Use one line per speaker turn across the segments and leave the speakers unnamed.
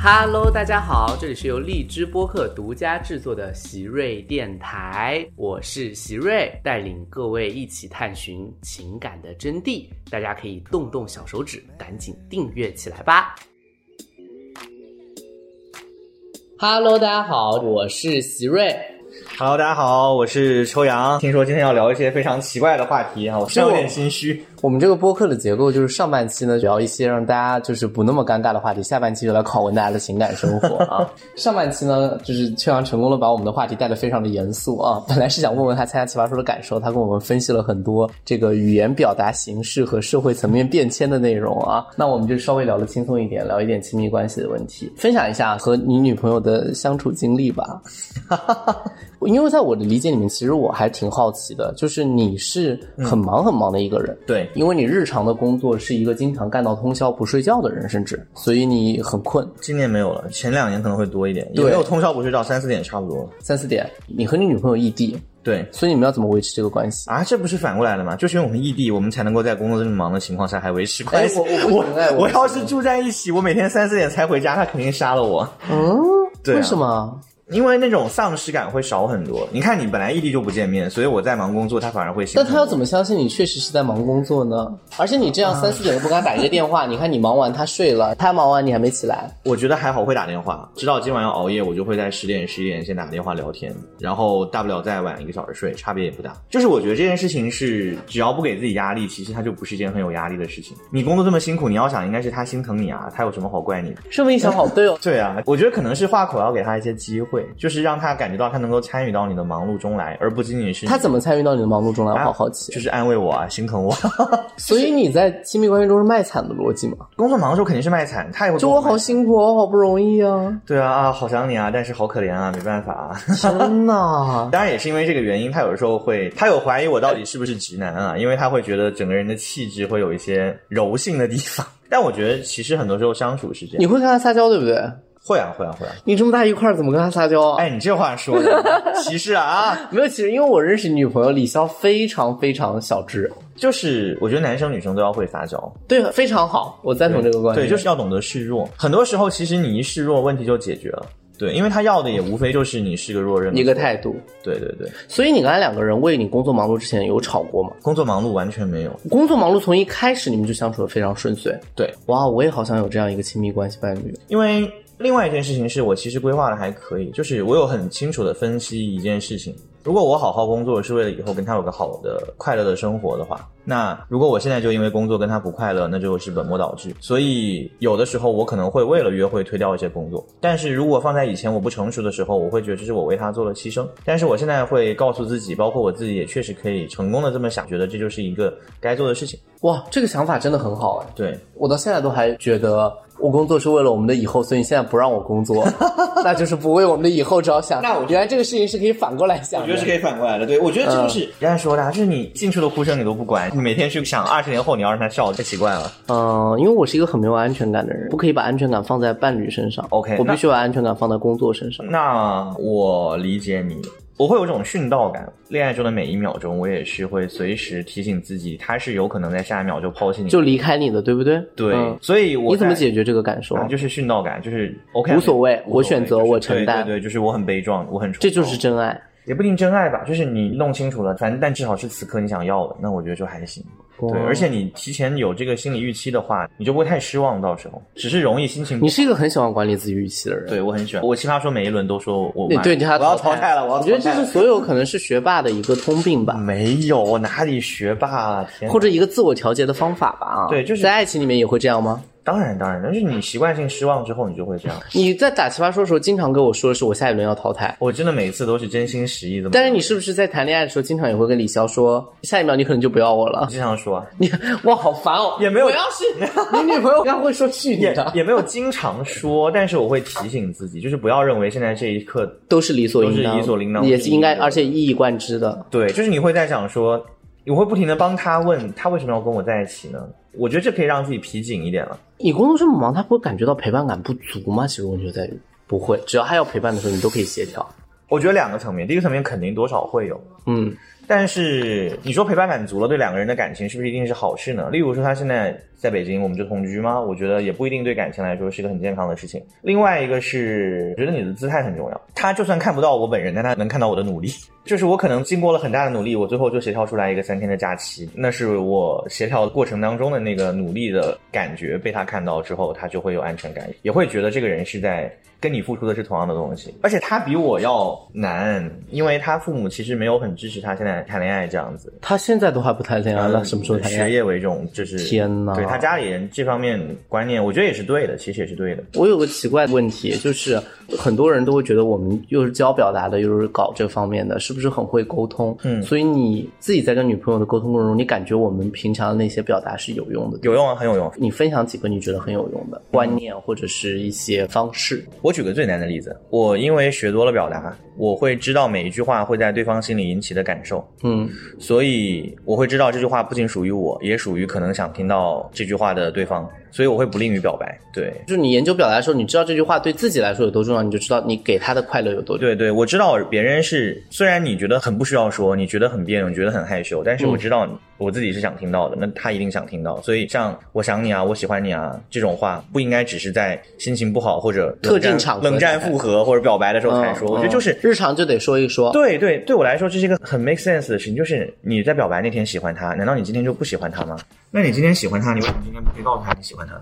Hello，大家好，这里是由荔枝播客独家制作的席瑞电台，我是席瑞，带领各位一起探寻情感的真谛。大家可以动动小手指，赶紧订阅起来吧。Hello，大家好，我是席瑞。
Hello，大家好，我是秋阳。听说今天要聊一些非常奇怪的话题啊，我稍微有点心虚。
我们这个播客的结构就是上半期呢聊一些让大家就是不那么尴尬的话题，下半期就来拷问大家的情感生活啊。上半期呢就是秋阳成功的把我们的话题带得非常的严肃啊， 本来是想问问他参加奇葩说的感受，他跟我们分析了很多这个语言表达形式和社会层面变迁的内容啊。那我们就稍微聊得轻松一点，聊一点亲密关系的问题，分享一下和你女朋友的相处经历吧。 因为在我的理解里面，其实我还挺好奇的，就是你是很忙很忙的一个人，
对，
因为你日常的工作是一个经常干到通宵不睡觉的人，甚至，所以你很困。
今年没有了，前两年可能会多一点，
对
也没有通宵不睡觉，三四点也差不多。
三四点，你和你女朋友异地，
对
所以你们要怎么维持这个关系？
啊，这不是反过来了吗？就是因为我们异地，我们才能够在工作这么忙的情况下还维持关系。
哎我我不明白我
我要是住在一起，我每天三四点才回家，他肯定杀了我。
嗯，
对啊
为什么？
因为那种丧失感会少很多。你看，你本来异地就不见面，所以我在忙工作，他反而会心疼
那
我。
他要怎么相信你确实是在忙工作呢？而且你这样三四点都不给他打一个电话，你看你忙完他睡了，他忙完你还没起来，
我觉得还好，会打电话。知道今晚要熬夜，我就会在十点、十一点先打电话聊天，然后大不了再晚一个小时睡，差别也不大。就是我觉得这件事情是，只要不给自己压力，其实它就不是一件很有压力的事情。你工作这么辛苦，你要想应该是他心疼你啊，他有什么好怪你的？
这么一想，好对哦。
对啊，我觉得可能是话口要给他一些机会，就是让他感觉到他能够参与到你的忙碌中来，而不仅仅是
他怎么参与到你的忙碌中来？我
啊
好好奇。
就是安慰我啊，心疼我。
所以你在亲密关系中是卖惨的逻辑吗？
工作忙的时候肯定是卖惨，他也会
就
跟
我
卖
好辛苦，我好不容易啊！
对啊啊，好想你啊，但是好可怜啊，没办法啊。
天哪，
当然也是因为这个原因，他有的时候会，他有怀疑我到底是不是直男啊，因为他会觉得整个人的气质会有一些柔性的地方。 但我觉得其实很多时候相处是这
你
样，
会跟他撒娇对不对？
会啊会啊会啊。
你这么大一块儿怎么跟他撒娇啊？
哎，你这话说的歧视啊啊！
没有，其实因为我认识你女朋友李潇非常非常小只，
就是我觉得男生女生都要会撒娇，
对，非常好，我赞同这个观点。
对，就是要懂得示弱。很多时候其实你一示弱，问题就解决了。对，因为他要的也无非就是你是个弱人，
一个态度。
对对对，
所以你刚才两个人为你工作忙碌之前有吵过吗？
工作忙碌完全没有。
工作忙碌从一开始你们就相处的非常顺遂。
对，
哇，我也好想有这样一个亲密关系伴侣。
因为另外一件事情是我其实规划的还可以，就是我有很清楚的分析一件事情。如果我好好工作是为了以后跟他有个好的快乐的生活的话，那如果我现在就因为工作跟他不快乐，那就是本末倒置。所以有的时候我可能会为了约会推掉一些工作，但是如果放在以前我不成熟的时候，我会觉得这是我为他做了牺牲。但是我现在会告诉自己，包括我自己也确实可以成功的这么想，觉得这就是一个该做的事情。
哇，这个想法真的很好哎。
对，
我到现在都还觉得我工作是为了我们的以后，所以你现在不让我工 作，那就是不为我们的以后着想。
那我
原来这个事情是可以反过来想的。
我觉得是可以反过来的，对我觉得这就是
呃
人家说的啊，就是你近处的哭声你都不管，你每天去想二 十年后你要让他笑，太奇怪了。
嗯，因为我是一个很没有安全感的人，不可以把安全感放在伴侣身上。
OK，
我必
那
须把安全感放在工作身上。
那我理解你，我会有种殉道感。恋爱中的每一秒钟，我也是会随时提醒自己，他是有可能在下一秒就抛弃你。
就离开你的，对不对？
对，
嗯
所以我
你怎么
在
解决这个感受？
啊？就是殉道感，就是 OK，
无所谓我选择
就是
我承担
对对对，就是我很悲壮，我很
这就是真爱。
也不一定真爱吧，就是你弄清楚了，反正但至少是此刻你想要的，那我觉得就还行。
哇
哦对，而且你提前有这个心理预期的话，你就不会太失望，到时候只是容易心情不
你。是一个很喜欢管理自己预期的人。
对我很喜欢，我奇葩说每一轮都说我
你
妈
对你还
我要淘汰了，我要
我
淘
觉
汰
得
了。
这是所有可能是学霸的一个通病吧。
没有，我哪里学霸啊？天哪，
或者一个自我调节的方法吧啊，
对就是
在爱情里面也会这样吗？
当然当然，但是你习惯性失望之后，你就会这样。
你在打奇葩说的时候，经常跟我说的是我下一轮要淘汰，
我真的每次都是真心实意的。
但是你是不是在谈恋爱的时候，经常也会跟李潇说，下一秒你可能就不要我了
我？经常说啊，
你哇，好烦哦！
也没有
我要 是你女朋友，该会说去你
也
的，
也没有经常说，但是我会提醒自己，就是不要认为现在这一刻
都是理所应
都
当，
是理所应当
也是应该，
是
而且一以贯之的。
对，就是你会在想说，我会不停的帮他问他为什么要跟我在一起呢？我觉得这可以让自己皮紧一点了。
你工作这么忙，他不会感觉到陪伴感不足吗？其实问题就在于不会，只要他要陪伴的时候，你都可以协调。
我觉得两个层面，第一个层面肯定多少会有，
嗯，
但是你说陪伴感足了，对两个人的感情是不是一定是好事呢？例如说他现在在北京，我们就同居吗？我觉得也不一定对感情来说是一个很健康的事情。另外一个是，我觉得你的姿态很重要。他就算看不到我本人，但他能看到我的努力。就是我可能经过了很大的努力，我最后就协调出来一个三天的假期，那是我协调过程当中的那个努力的感觉被他看到之后，他就会有安全感，也会觉得这个人是在跟你付出的是同样的东西，而且他比我要难，因为他父母其实没有很支持他现在谈恋爱这样子。呃
他现在都还不谈恋爱
嗯
了，啊什么时候谈恋爱
学？业为重，就是
天哪
对他家里人这方面观念，我觉得也是对的，其实也是对的。
我有个奇怪的问题，就是很多人都会觉得我们又是教表达的，又是搞这方面的，是不是很会沟通？
嗯
所以你自己在跟女朋友的沟通过程中，你感觉我们平常的那些表达是有用的？
有。用啊，很有用。
你分享几个你觉得很有用的观念或者是一些方式？
我举个最难的例子，我因为学多了表达，我会知道每一句话会在对方心里引起的感受，
嗯，
所以我会知道这句话不仅属于我，也属于可能想听到这句话的对方，所以我会不吝于表白。对，
就是你研究表达的时候，你知道这句话对自己来说有多重要，你就知道你给他的快乐有多重要。
对对，我知道别人是，虽然你觉得很不需要说，你觉得很别扭，你觉得很害羞，但
嗯
是我知道你、我自己是想听到的，那他一定想听到。所以像我想你啊，我喜欢你啊这种话，不应该只是在心情不好或者冷
特定
战
场合
冷战
才
复合或者表白的时候才说。我觉得就是
嗯日常就得说一说。
对对，对我来说这是一个很 make sense 的事情，就是你在表白那天喜欢他，难道你今天就不喜欢他吗？那你今天喜欢他，你为什么今天不可以告诉他你喜欢他？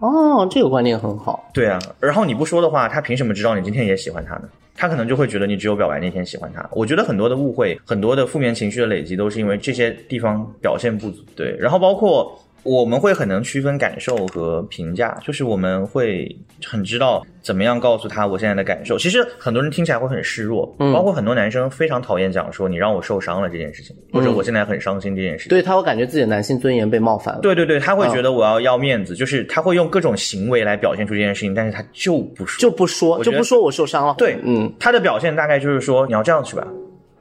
哦，这个观念很好。
对啊，然后你不说的话，他凭什么知道你今天也喜欢他呢？他可能就会觉得你只有表白那天喜欢他。我觉得很多的误会，很多的负面情绪的累积，都是因为这些地方表现不足。对，然后包括我们会很能区分感受和评价，就是我们会很知道怎么样告诉他我现在的感受。其实很多人听起来会很示弱，
嗯
包括很多男生非常讨厌讲说你让我受伤了这件事情，或者我现在很伤心这件事
嗯
情。
对啊他，我感觉自己的男性尊严被冒犯了。
对对对，他会觉得我要要面子，就是他会用各种行为来表现出这件事情，但是他就不说，
就不说，
觉
就
得
不说我受伤了。
对
嗯，
他的表现大概就是说，你要这样去吧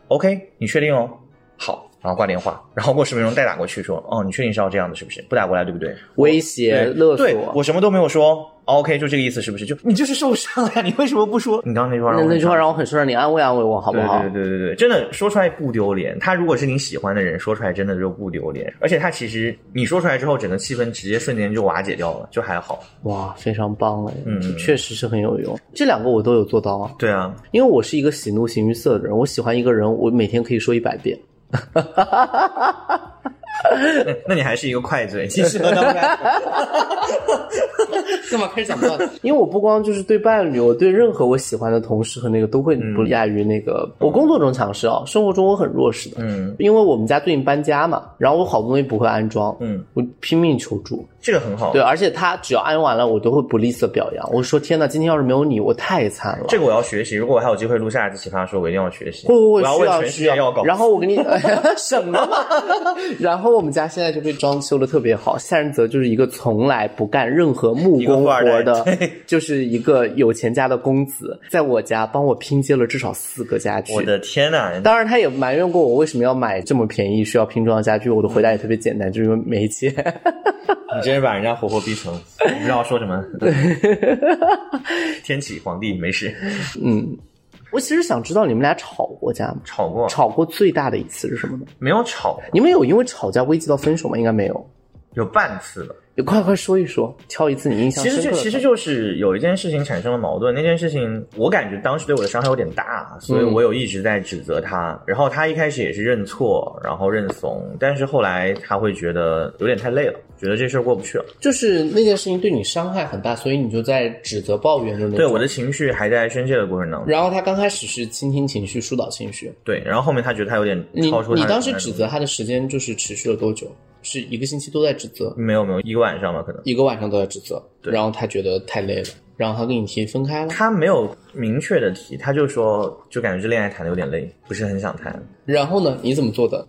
，OK，你确定哦？好，然后挂电话，然后过十分钟再打过去说，哦，你确定是要这样的，是不是？不打过来，对不对？
威胁、勒索啊
对，我什么都没有说，OK，就这个意思，是不是？就你就是受伤了呀，你为什么不说？你刚刚那句话让
那
我
那
很
句话让我很受伤，你安慰安慰我好不好？
对对对对对，真的说出来不丢脸。他如果是你喜欢的人，说出来真的就不丢脸。而且他其实你说出来之后，整个气氛直接瞬间就瓦解掉了，就还好。
哇，非常棒哎，
嗯
这确实是很有用。这两个我都有做到啊，
对啊，
因为我是一个喜怒形于色的人，我喜欢一个人，我每天可以说一百遍。
那那你还是一个快嘴，其 实和他们俩
干嘛开始讲段子？ 因为我不光就是对伴侣，我对任何我喜欢的同事和那个都会
嗯
不亚于那个。我工作中强势啊，生活中我很弱势的。
嗯
因为我们家最近搬家嘛，然后我好多东西不会安装，
嗯，
我拼命求助，
这个很好。
对，而且他只要安完了，我都会不吝啬表扬。我说天哪，今天要是没有你，我太惨了。
这个我要学习。如果我还有机会录下一次奇葩说，我一定要学习。
会会
我
会
要
需
为
要
全世
需
界要搞。
然后我给 你、什么嘛？ 然后我们家现在就被装修的特别好，夏仁泽就是一个从来不干任何木
一个
工
富二代
活的
对，
就是一个有钱家的公子，在我家帮我拼接了至少四个家具
我。的天呐，
当然，他也埋怨过我为什么要买这么便宜需要拼装的家具。我的回答也特别简单，就是因为没钱。
你真是把人家活活逼成，不知道说什么。 天启皇帝没事，
嗯，我其实想知道你们俩吵过架吗？
吵过
吵过最大的一次是什么呢？
没有吵？
你们有因为吵架危及到分手吗？应该没有。
有半次了。
你快快说一说，挑一次你印象
其
深
实
刻
就
的。
其实就是有一件事情产生了矛盾，那件事情我感觉当时对我的伤害有点
嗯
大，啊所以我有一直在指责他。然后他一开始也是认错，然后认怂，但是后来他会觉得有点太累了，觉得这事儿过不去了。
就是那件事情对你伤害很大，所以你就在指责、抱怨的那种。
对我的。情绪还在宣泄的过程当中。
然后他刚开始是倾听情绪、疏导情绪。
对，然后后面他觉得他有点
你
超出他
你
的
当时
能力
指责他的时间就是持续了多久？是一个星期都在指责，
没有没有一个晚上吧，可能
一个晚上都在指责，
对
然后他觉得太累了，然后他跟你提分开了，
他没有明确的提，他就说就感觉这恋爱谈的有点累，不是很想谈。
然后呢？你怎么做的？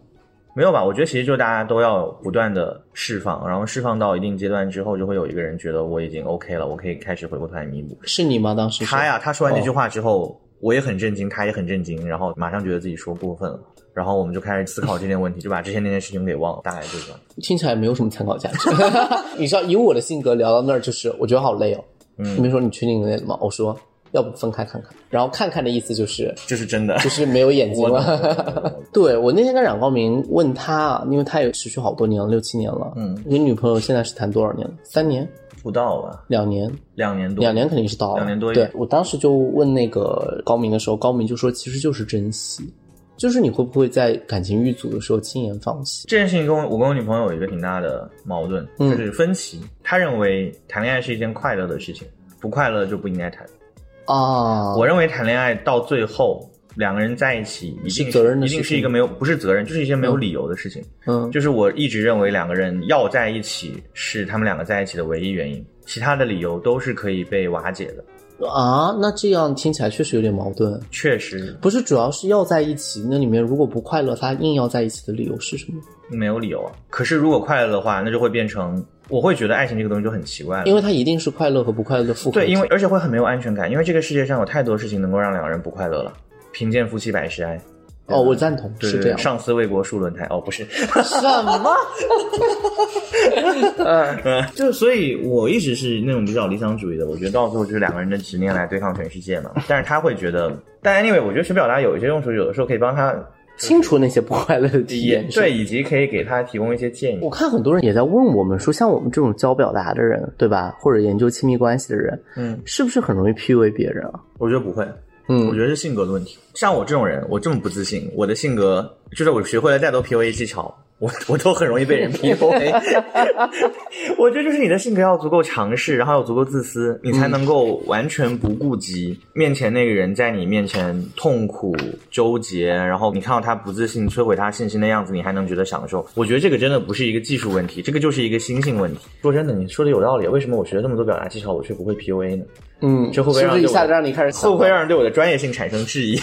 没有吧？我觉得其实就大家都要不断的释放，然后释放到一定阶段之后，就会有一个人觉得我已经 OK 了，我可以开始回过头来弥补。
是你吗？当时是哦
他呀，他说完这句话之后，我也很震惊，他也很震惊，然后马上觉得自己说过分了，然后我们就开始思考这件问题，就把之前那件事情给忘了，大概就这样。
听起来没有什么参考价值。 你知道，以我的性格聊到那儿，就是我觉得好累哦。
嗯
你们说你确定累了吗？我说要不分开看看。然后看看的意思就是
这是真的。
就是没有眼睛了。对我那天跟冉高明问他啊，因为他也持续好多年了，六七年了。
嗯，
你女朋友现在是谈多少年了？三年、
不到吧，
两年、
两年多，
两年肯定是到了，
两年多一点
对我当时就问那个高明的时候，高明就说其实就是珍惜，就是你会不会在感情遇阻的时候轻言放弃？
这件事情跟我我跟我女朋友有一个挺大的矛盾，
嗯
就是分歧。她认为谈恋爱是一件快乐的事情，不快乐就不应该谈。
啊，
我认为谈恋爱到最后两个人在一起，一定
是责任的
一定
事情
是一个没有不是责任，就是一件没有理由的事情。
嗯
就是我一直认为两个人要在一起是他们两个在一起的唯一原因，其他的理由都是可以被瓦解的。
啊，那这样听起来确实有点矛盾。
确实
不是，主要是要在一起。那里面如果不快乐，他硬要在一起的理由是什么？
没有理由啊。可是如果快乐的话，那就会变成我会觉得爱情这个东西就很奇怪了，
因为他一定是快乐和不快乐的复合体。
对，因为而且会很没有安全感，因为这个世界上有太多事情能够让两个人不快乐了。贫贱夫妻百事哀，
哦，我赞同，
对
是
对
这
对
样。
上司为国戍轮台，哦，不是，
什么？
就所以，我一直是那种比较理想主义的，我觉得到最后就是两个人的执念来对抗全世界嘛。但是他会觉得，但 anyway，我觉得学表达有一些用处，有的时候可以帮他
清除那些不快乐的体
也
验。是吧
对，以及可以给他提供一些建
我
议。
看很多人也在问我们说，像我们这种教表达的人，对吧？或者研究亲密关系的人，
嗯，
是不是很容易 PUA 别人啊？
我觉得不会，我
嗯，
觉得是性格的问题。像我这种人，我这么不自信，我的性格就是我学会了再多 PUA 技巧，我 我都很容易被人 PUA。我觉得就是你的性格要足够强势，然后要足够自私，你才能够完全不顾及面前那个人在你面前痛苦纠结，然后你看到他不自信、摧毁他信心的样子，你还能觉得享受。我觉得这个真的不是一个技术问题，这个就是一个心性问题。说真的，你说的有道理，啊为什么我学了那么多表达技巧，我却不会 PUA 呢？
嗯，
这会不会
是不
让
是一
这
下
我
子让你开始想
会不会让人对我的专业性产生质疑？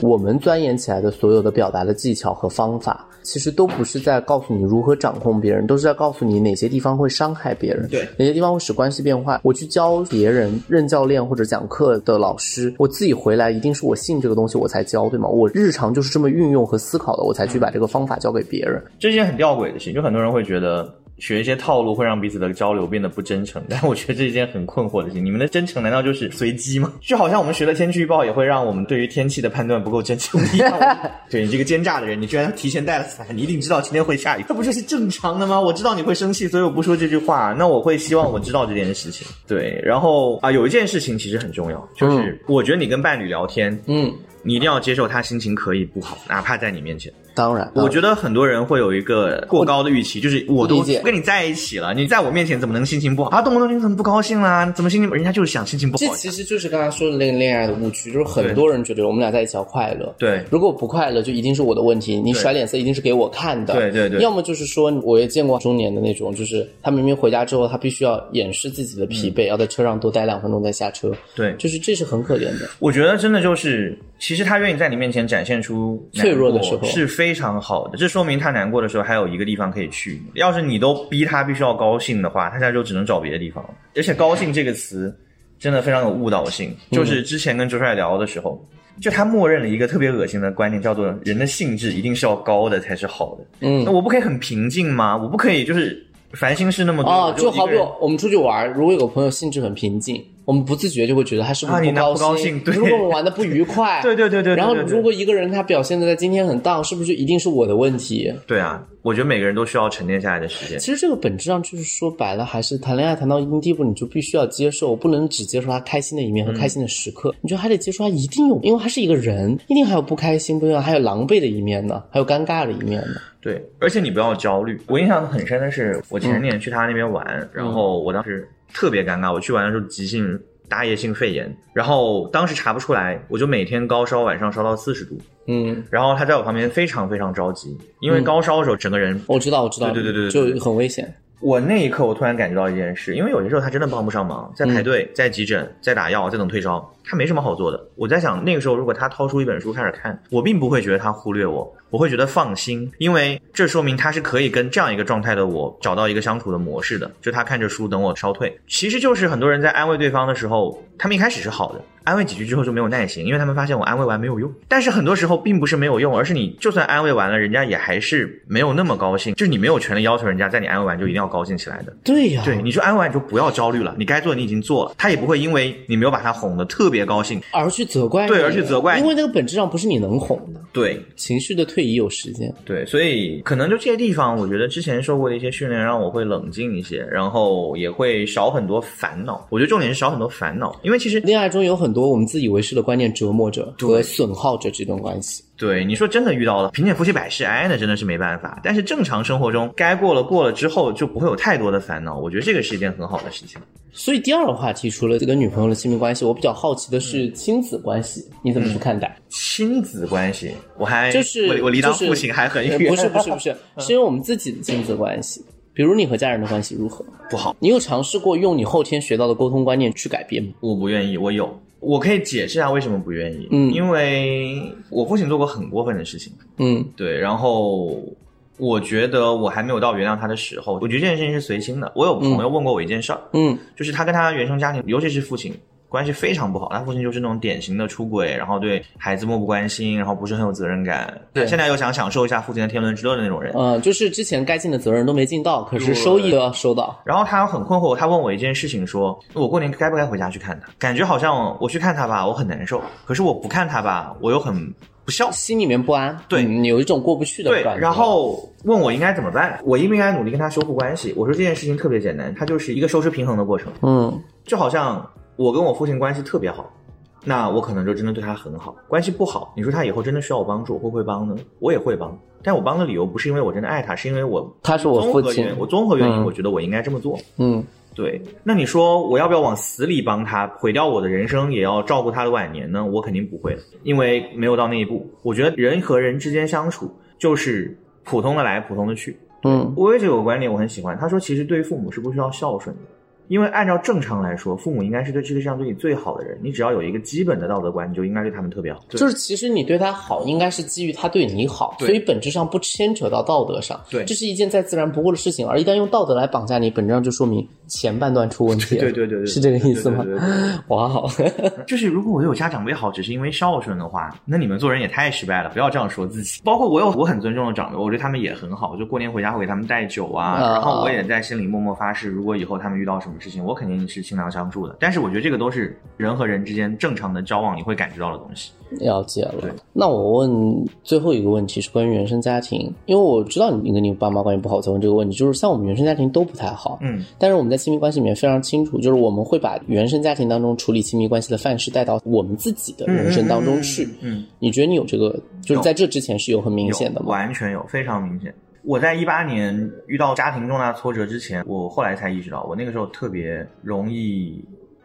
我们钻研起来的所有的表达的技巧和方法，其实都不是在告诉你如何掌控别人，都是在告诉你哪些地方会伤害别人，
对，
哪些地方会使关系变坏。我去教别人，任教练或者讲课的老师，我自己回来一定是我信这个东西我才教，对吗？我日常就是这么运用和思考的，我才去把这个方法教给别人。
这是一件很吊诡的事情，就很多人会觉得学一些套路会让彼此的交流变得不真诚， 但我觉得这是一件很困惑的事情。你们的真诚难道就是随机吗？就好像我们学了天气预报，也会让我们对于天气的判断不够真诚一样。对你这个奸诈的人，你居然提前带了伞，你一定知道今天会下雨，这不就是正常的吗？我知道你会生气，所以我不说这句话。那我会希望我知道这件事情。对，然后啊，有一件事情其实很重要，就是我觉得你跟伴侣聊天，
嗯，
你一定要接受他心情可以不好，哪怕在你面前。
当然，啊
我觉得很多人会有一个过高的预期，就是我
嗯理
都
解
跟你在一起了，你在我面前怎么能心情不好啊？动不动就怎么不高兴啦、怎么心情？人家就是想心情不
这
好。
其实就是刚才说的那个恋爱的误区，就是很多人觉得我们俩在一起要快乐，
对
如果不快乐，就一定是我的问题，你
对
甩脸色一定是给我看的。
对对对
要么就是说，我也见过中年的那种，就是他明明回家之后，他必须要掩饰自己的疲
嗯
惫，要在车上多待两分钟再下车，
对，
就是这是很可怜的。
我觉得真的就是，其实他愿意在你面前展现出难过
脆弱的时候
是非常好的，这说明他难过的时候还有一个地方可以去。要是你都逼他必须要高兴的话，他现在就只能找别的地方了。而且“高兴”这个词真的非常有误导性，
嗯
就是之前跟周帅聊的时候。就他默认了一个特别恶心的观念，叫做人的兴致一定是要高的才是好的。
嗯
那我不可以很平静吗？我不可以就是烦心事那么多，
哦
我，
就
嗯一个
好比
人
我我们出去玩，如果有个朋友兴致很平静，我们不自觉就会觉得他是不
啊
是
你那
高
不高
兴？
兴对
如果我们玩的不愉快，
对对对对对对
然后
对对
如果一个人他表现的在今天很 down，是不是就一定是我的问题？
对啊，我觉得每个人都需要沉淀下来的时间。
其实这个本质上就是说白了，还是谈恋爱谈到一定地步，你就必须要接受，不能只接受他开心的一面和开心的时
嗯
刻，你就还得接受他一定有，因为他是一个人，一定还有不开心，不一样，还有狼狈的一面呢，还有尴尬的一面呢。
对，而且你不要焦虑。我印象很深的是，我前年去他那边玩，然后我当时特别尴尬，我去玩的时候急性大叶性肺炎，然后当时查不出来，我就每天高烧，晚上烧到四十度，
嗯，
然后他在我旁边非常非常着急，因为高烧的时候整个人，
我知道，我知道，
对对对对对对
就很危险。
我那一刻我突然感觉到一件事，因为有些时候他真的帮不上忙，在排队、在急诊、在打药、在等退烧，他没什么好做的。我在想，那个时候如果他掏出一本书开始看，我并不会觉得他忽略我，我会觉得放心，因为这说明他是可以跟这样一个状态的我找到一个相处的模式的。就他看着书等我烧退，其实就是很多人在安慰对方的时候，他们一开始是好的，安慰几句之后就没有耐心，因为他们发现我安慰完没有用。但是很多时候并不是没有用，而是你就算安慰完了，人家也还是没有那么高兴。就是你没有权利要求人家在你安慰完就一定要高兴起来的。
对呀、
对，你就安慰完你就不要焦虑了，你该做的你已经做了，他也不会因为你没有把他哄得特别高兴。
而去责怪你，
对而去责怪你
因为那个本质上不是你能哄的，
对
情绪的退移有时间。
对，所以可能就这些地方，我觉得之前受过的一些训练让我会冷静一些，然后也会少很多烦恼。我觉得重点是少很多烦恼，因为其实
恋爱中有很多我们自以为是的观念折磨着和损耗着这段关系。
对你说真的遇到了贫贱夫妻百事哀那真的是没办法。但是正常生活中该过了过了之后就不会有太多的烦恼，我觉得这个是一件很好的事情。
所以第二个话题，除了这跟女朋友的亲密关系，我比较好奇的是亲子关系，你怎么去看待？
亲子关系，我还
就是
我我离当
就是
父亲还很远，
呃不是不是不是，
嗯
是因为我们自己的亲子关系，比如你和家人的关系如何？
不好。
你有尝试过用你后天学到的沟通观念去改变吗？
我不愿意，我有，我可以解释一下为什么不愿意。
嗯
因为我父亲做过很过分的事情，
嗯，
对，然后我觉得我还没有到原谅他的时候，我觉得这件事情是随心的。我有朋友问过我一件事儿，
嗯，
就是他跟他原生家庭，尤其是父亲。关系非常不好，他父亲就是那种典型的出轨，然后对孩子漠不关心，然后不是很有责任感。
对
现在又想享受一下父亲的天伦之乐的那种人。
呃，就是之前该尽的责任都没尽到，可是收益呃都要收到。
然后他很困惑，他问我一件事情说，我过年该不该回家去看他？感觉好像我去看他吧，我很难受；可是我不看他吧，我又很不孝。
心里面不安，
对
嗯有一种过不去的
对
感，觉。
然后问我应该怎么办，我应不应该努力跟他修复关系？我说这件事情特别简单，它就是一个收支平衡的过程。
嗯，
就好像我跟我父亲关系特别好，那我可能就真的对他很好；关系不好，你说他以后真的需要我帮助，我会不会帮呢？我也会帮，但我帮的理由不是因为我真的爱他，是因为我
他是我
综
父
合
亲
原因，我综合原因，
嗯
我觉得我应该这么做。
嗯，
对，那你说我要不要往死里帮他，毁掉我的人生，也要照顾他的晚年呢？我肯定不会，因为没有到那一步。我觉得人和人之间相处就是普通的来，普通的去。
嗯，
我也有个观点我很喜欢，他说其实对于父母是不需要孝顺的，因为按照正常来说，父母应该是对这个世界上对你最好的人，你只要有一个基本的道德观，你就应该对他们特别好。对
就是其实你对他好，应该是基于他对你好，
对
所以本质上不牵扯到道德上。
对
这是一件再自然不过的事情，而一旦用道德来绑架你，本质上就说明前半段出问题了。
对对对对，
是这个意思吗
对对对对对
哇哦，
就是如果我对我家长辈好，只是因为孝顺的话，那你们做人也太失败了，不要这样说自己。包括我有我很尊重的长辈，我对他们也很好，就过年回家会给他们带酒啊，
啊
然后我也在心里默默发誓，如果以后他们遇到什么事情，我肯定是倾囊相助的。但是我觉得这个都是人和人之间正常的交往你会感觉到的东西。
了解
对
了。那我问最后一个问题是关于原生家庭，因为我知道你跟你爸妈关系不好，我才问这个问题。就是像我们原生家庭都不太好，
嗯，
但是我们在亲密关系里面非常清楚，就是我们会把原生家庭当中处理亲密关系的范式带到我们自己的人生当中去。
嗯，
你觉得你有这个，就是
有
在这之前是有很明
有
显的吗？
完全有，非常明显。我在一八年遇到家庭重大挫折之前，我后来才意识到，我那个时候特别容易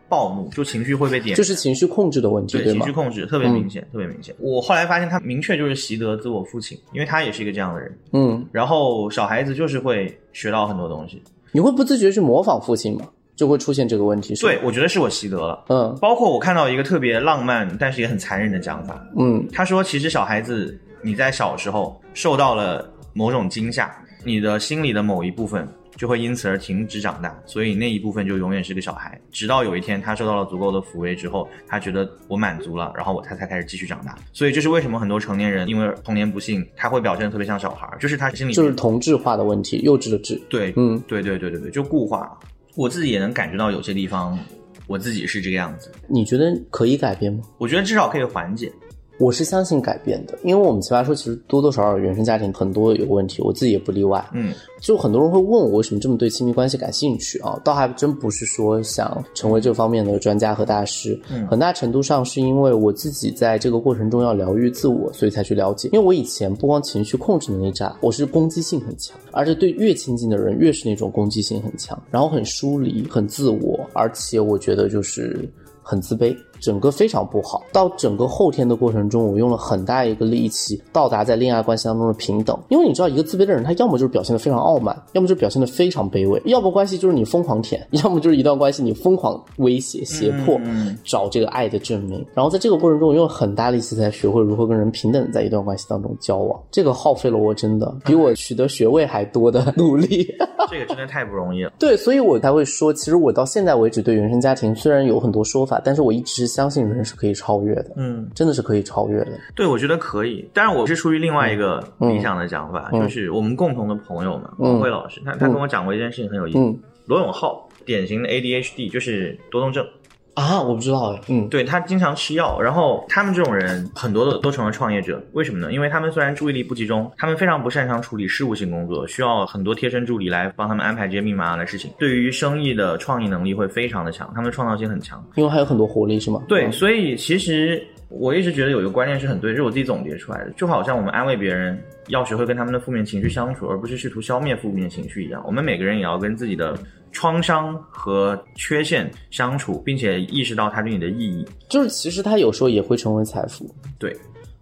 暴怒，就情绪会被点
就是情绪控制的问题，
对
对
情
吗嗯
绪？控制特别明显，特别明显。我后来发现他明确就是习得自我父亲，因为他也是一个这样的人。
嗯，
然后小孩子就是会学到很多东西，
你会不自觉去模仿父亲吗？就会出现这个问题，是吗
对，我觉得是我习得了。
嗯
包括我看到一个特别浪漫但是也很残忍的讲法，
嗯
他说其实小孩子你在小时候受到了某种惊吓，你的心里的某一部分。就会因此而停止长大，所以那一部分就永远是个小孩，直到有一天他受到了足够的抚慰之后，他觉得我满足了，然后我他才开始继续长大。所以这是为什么很多成年人因为童年不幸，他会表现得特别像小孩，就是他心里
就是同质化的问题，幼稚的质。
对，
嗯
对对对对对，就固化。我自己也能感觉到有些地方我自己是这个样子，
你觉得可以改变吗？
我觉得至少可以缓解。
我是相信改变的，因为我们奇葩说其实多多少少原生家庭很多有问题，我自己也不例外。
嗯，
就很多人会问我为什么这么对亲密关系感兴趣啊，倒还真不是说想成为这方面的专家和大师，
嗯
很大程度上是因为我自己在这个过程中要疗愈自我，所以才去了解。因为我以前不光情绪控制能力差，我是攻击性很强，而且对越亲近的人越是那种攻击性很强，然后很疏离、很自我，而且我觉得就是很自卑，整个非常不好。到整个后天的过程中，我用了很大一个力气到达在恋爱关系当中的平等。因为你知道，一个自卑的人，他要么就是表现得非常傲慢，要么就是表现得非常卑微，要么关系就是你疯狂舔， 要么就是一段关系你疯狂威胁、胁迫。
嗯
找这个爱的证明，然后在这个过程中，我用了很大力气才学会如何跟人平等地在一段关系当中交往。这个耗费了我真的
嗯
比我取得学位还多的 努力。
这个真的太不容易了。
对，所以我才会说，其实我到现在为止对原生家庭虽然有很多说法，但是我一直相信人是可以超越的，
嗯，
真的是可以超越的。
对，我觉得可以。当然，我是出于另外一个理想的讲法，
嗯
就是我们共同的朋友嘛，
嗯
王辉老师，他他跟我讲过一件事情很有意思。
嗯
罗永浩典型的 ADHD，就是多动症，
啊，我不知道哎，嗯
对他经常吃药，然后他们这种人很多都都成了创业者，为什么呢？因为他们虽然注意力不集中，他们非常不擅长处理事务性工作，需要很多贴身助理来帮他们安排这些密麻麻的事情。对于生意的创意能力会非常的强，他们创造性很强。
因为还有很多活力是吗？
对，
嗯
所以其实我一直觉得有一个观念是很对，这是我自己总结出来的，就好像我们安慰别人。要学会跟他们的负面情绪相处，而不是试图消灭负面情绪一样。我们每个人也要跟自己的创伤和缺陷相处，并且意识到它对你的意义。
就是其实他有时候也会成为财富，
对，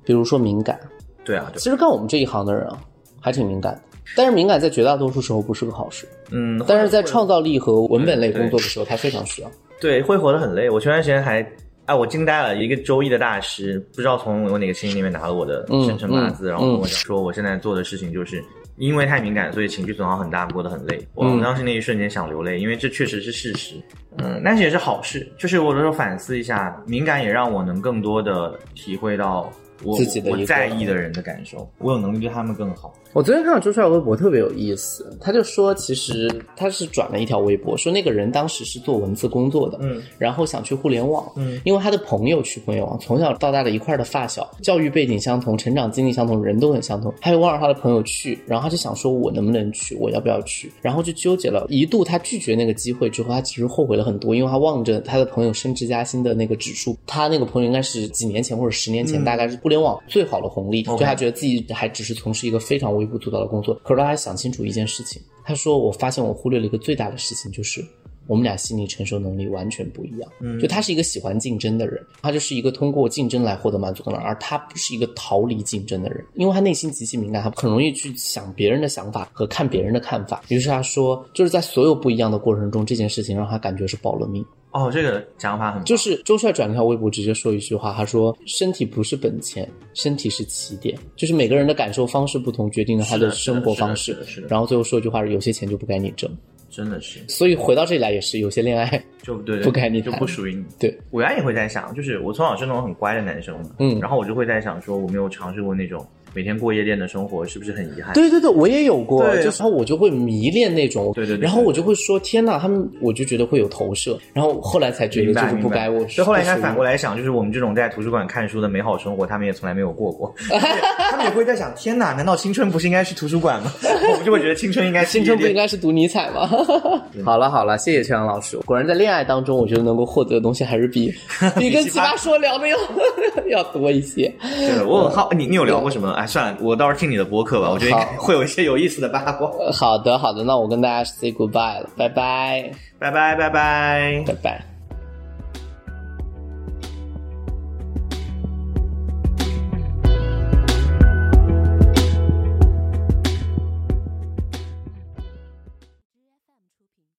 比如说敏感，
对啊，对啊。
其实干我们这一行的人啊，还挺敏感的。但是敏感在绝大多数时候不是个好事，
嗯，
但是在
会
创造力和文本类
对
工作的时候，它非常需要。
对会活得很累。我前段时间还。哎，我惊呆了！一个周易的大师，不知道从我哪个亲戚那边拿了我的
嗯
生辰八字，
嗯
然后跟我讲说，我现在做的事情就是因为太敏感，所以情绪损耗很大，过得很累。我
嗯
当时那一瞬间想流泪，因为这确实是事实。嗯，但是也是好事，就是我有时候反思一下，敏感也让我能更多的体会到我
自己的一个
我在意的人的感受，我有能力对他们更好。
我昨天看到周帅的微博特别有意思，他就说，其实他是转了一条微博，说那个人当时是做文字工作的，
嗯，
然后想去互联网，
嗯，
因为他的朋友去互联网，从小到大的一块儿的发小，教育背景相同，成长经历相同，人都很相同，他就望着他的朋友去，然后他就想说，我能不能去，我要不要去，然后就纠结了，一度他拒绝那个机会之后，他其实后悔了很多，因为他望着他的朋友升职加薪的那个指数，他那个朋友应该是几年前或者十年前，大概是互联网最好的红利，所
OK
以他觉得自己还只是从事一个非常微不足道的工作。可是他还想清楚一件事情，他说：“我发现我忽略了一个最大的事情，就是我们俩心理承受能力完全不一样。
嗯
就他是一个喜欢竞争的人，他就是一个通过竞争来获得满足感的人，而他不是一个逃离竞争的人，因为他内心极其敏感，他很容易去想别人的想法和看别人的看法。于是他说，就是在所有不一样的过程中，这件事情让他感觉是保了命。
哦，这个想法很棒
就是周帅转了条微博，直接说一句话，他说：“身体不是本钱，身体是起点。”就是每个人的感受方式不同，决定了他
是的啊是的
生活方
是
式
的是的是啊的。
然后最后说一句话是：“有些钱就不该你挣。
真的是”
所以回到这里来也是，有些恋爱，
就对
不该你
就
谈
不属于你。
对，
我原来也会在想，就是我从小是那种很乖的男生嘛，
嗯
然后我就会在想说，我没有尝试过那种每天过夜店的生活，是不是很遗憾？
对对对，我也有过，
对
就是然后我就会迷恋那种，
对对对
然后我就会说：“天呐，他们我就觉得会有投射。”然后后来才觉
明
得
白，
就是不
明白
该我。
所以后来应该
不属于
反过来想，就是我们这种在图书馆看书的美好生活，他们也从来没有 过过。他们也会在想，天哪，难道青春不是应该去图书馆吗？ 我们就会觉得青春应该去
青春不
夜
应
店
该是读尼采吗？
嗯
好了好了，谢谢邱阳老师。
果然在恋爱当中，我觉得能够获得的东西还是 比比跟
奇葩
奇葩说聊的要 要多一些。
对，我很好，你你有聊过什么？哎，算了，我到时候听你的播客吧，我觉得应该
嗯好
会有一些有意思的八卦。
好的，好的，那我跟大家 say goodbye 了，拜拜，
拜拜，拜拜。
拜拜。